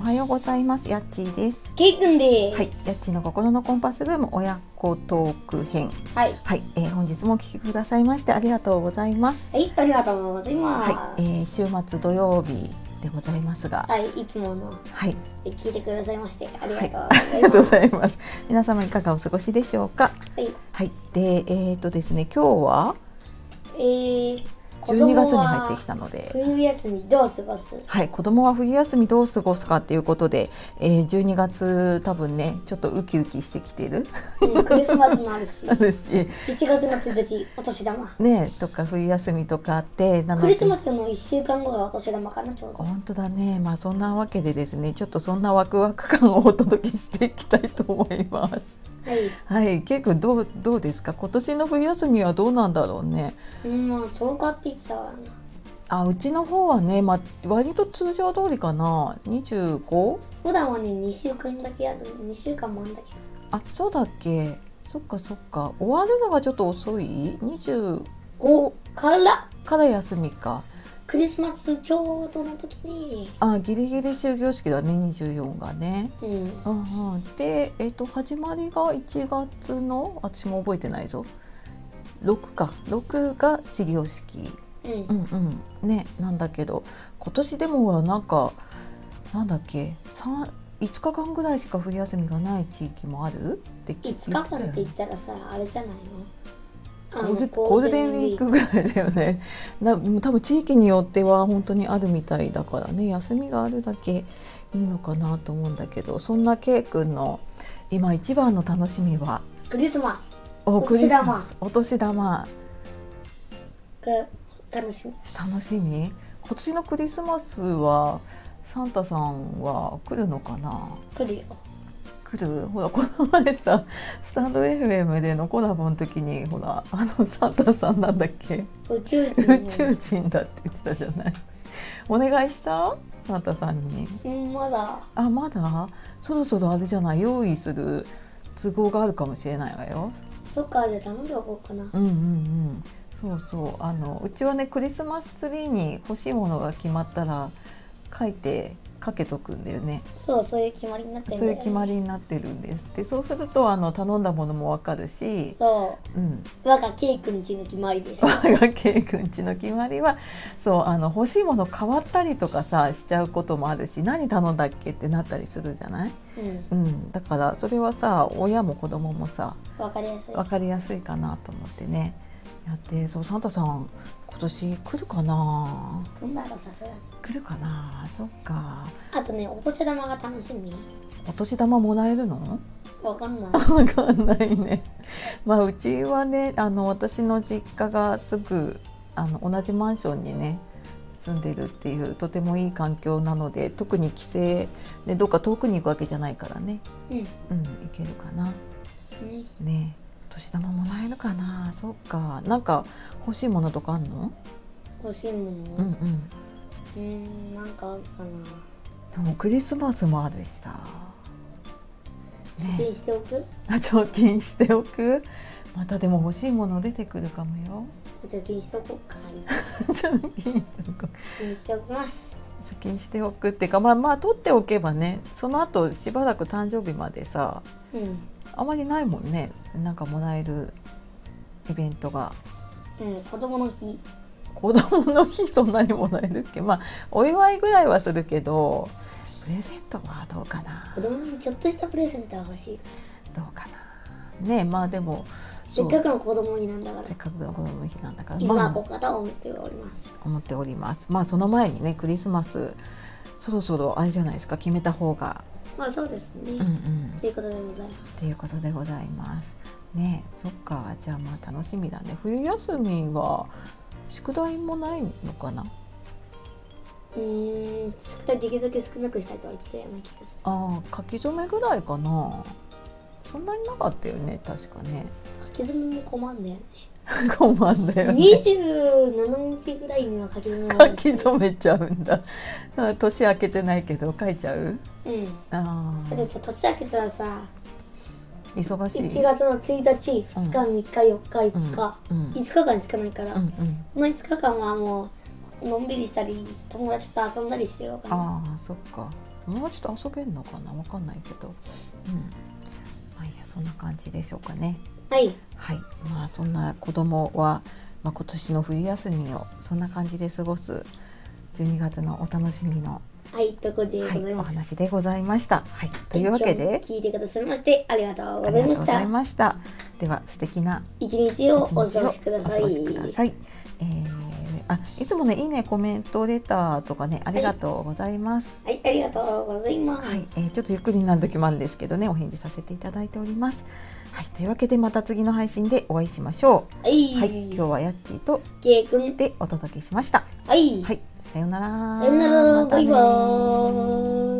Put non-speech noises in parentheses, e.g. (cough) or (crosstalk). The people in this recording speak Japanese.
はようございますやっちーですケイくんではいやっちーの心のコンパスルーム親子トーク編す。はい。はい、えー、本日もお聞きくださいましてありがとうございますはい、ありがとうございます。はい、えー、週末土曜日でございますがはい、いつものはいえ聞いてくださいましてありがとうご (laughs) あざりいがとうまごす。ざいます皆様いかがお過ごしでしょうかはい、はいでえっ、とですね今日はえー、 12月に入ってきた。たので冬休みどう過ごす？はい、子供は冬休みどう過ごすかっていうことで、えー、12月多分ねちょっとウキウキしてきてる (laughs) うん、クリスマスもあるし、あ1るし、月の1日お年玉。ね、とか冬休みとかあってなクリスマススの1週間後がお年玉かなちょうど。本当だねまあそんなわけでですねちょっとそんなワクワク感をお届けしていきたいと思います。 (laughs) はい。はい、結構どうどうですか今年の冬休みはどうなんだろうね。うん、まあそうかって言ってたわな。あうちの方はね、まあ、割と通常通りかな 25? 普段はね2週間だけある、2週間もあるんだけど。あそうだっけそっかそっか終わるのがちょっと遅い20お、からから休みかクリスマスちょうどの時に、あギリギリ終業式だね24がね。うん、うんうん、で、えっと始まりが1月の私も覚えてないぞ6か6が始業式うんう。んうんねなんだけど今年でもなんかなんだっけ3 5日間ぐらいしか冬休みがない地域もあるって聞5日言ってたよ間ってね言ったらさあれじゃないのゴールゴールデンウィークぐらいだよ (laughs) ね。な多分地域によっては本当にあるみたいだからね休みがあるだけいいのかなと思うんだけどそんな K 君の今一番の楽しみはクリスマスおおクリ年玉スマスお年玉が楽しみ楽しみ今年のクリスマスはサンタさんは来るのかな来るよ来るほらこの前さスタンド FM でのコラボの時にほらあのサンタさんなんだっけ宇宙人宇宙人だって言ってたじゃないお願いしたサンタさんにうんまだあまだそろそろあれじゃない用意する都合があるかもしれないわよそっかじゃあ頼んでおこうかなうんうんうんそうそうあのうちはねクリスマスツリーに欲しいものが決まったら書いてかけとくんだよねそうそういう決まりになってんだよそういう決まりになってるんですでそうするとあの頼んだものもわかるしそうんう我がケイ君ちの決まりです我が圭君ちの決まりはそうあの欲しいもの変わったりとかさしちゃうこともあるし何頼んだっけってなったりするじゃない、うんうん、だからそれはさ親も子供もさわかりやすい分かりやすいかなと思ってねやってそうサンタさん今年来るかな来んだろさすがに来るかなそっかあとねお年玉が楽しみお年玉もらえるのわかんないわかんないね。 (laughs) まあうちはねあの私の実家がすぐあの同じマンションにね住んでるっていうとてもいい環境なので特に帰省でどっか遠くに行くわけじゃないからね、うんうん、行けるかな。ねねお年玉もらえるかなそっかなんか欲しいものとかあんの欲しいもうんのうんなんかあるかなうんでもクリスマスもあるしさ (laughs) ねでしておく貯金しておくまたでも欲しいもの出てくるかもよ (laughs) 貯金しとこうか貯金しておく貯金しておきます貯金しておくっていうかまあまあ取っておけばねその後しばらく誕生日までさうんうんあまりないもんねなんかもらえるイベントが子供の日子供の日 (laughs) そんなにもらえるっけまあお祝いぐらいはするけどプレゼントはどうかな子供の日ちょっとしたプレゼントは欲しいかどうかなねえまあでもらせそっうかくの子供になんだからせっかくの子供の日なんだから今はまこあこから思っております思っておりますまあその前にねクリスマスそろそろあれじゃないですか決めた方がまあそうですうんうね、んということでございますっていうことでございます。ねえ、そっか、じゃあまあ楽しみだね。冬休みは宿題もないのかな。うーん宿題できるだけ少なくしたいとは言っちゃいない気がすああ、書き初めぐらいかな。そんなになかったよね、確かね。 (laughs) る書き初めも困んだよね困んだよね。 27日ぐらいには書き初め書き初めちゃうんだ。 (laughs) あ年明けてないけど書いちゃう？めうんあだってさ年明けたらさあ、忙しい。 1月の1日2日3日4日5日、うんうん5日間しかないから、うんうん。この5日間はもうのんびりしたり友達と遊んだりしようかなああ、そっか。もうちょっと遊べるのかなわかんないけど、うん、まあいいやそんな感じでしょうかね。はいはい、まあそんな子供はまあ今年の冬休みをそんな感じで過ごす12月のお楽しみの、はいとこでごはざいい、おます、話でございました。はい、というわけで今日も聞いてくださいましてありがとうあごりざがというごましざいたました。では素敵な一日をお一日をお過ごしくださ過いごしください。えーあいつもねいいねコメントレターとかねありがとうございます。はいありがとうございます、はい、えーちょっとゆっくりになる時もあるんですけどねお返事させていただいております。はい、というわけでまた次の配信でお会いしましょはい、う。はい、今日はやっちーとケイ君でお届けしました。はい、はい、さようなら。さよなら、またバねイバーイ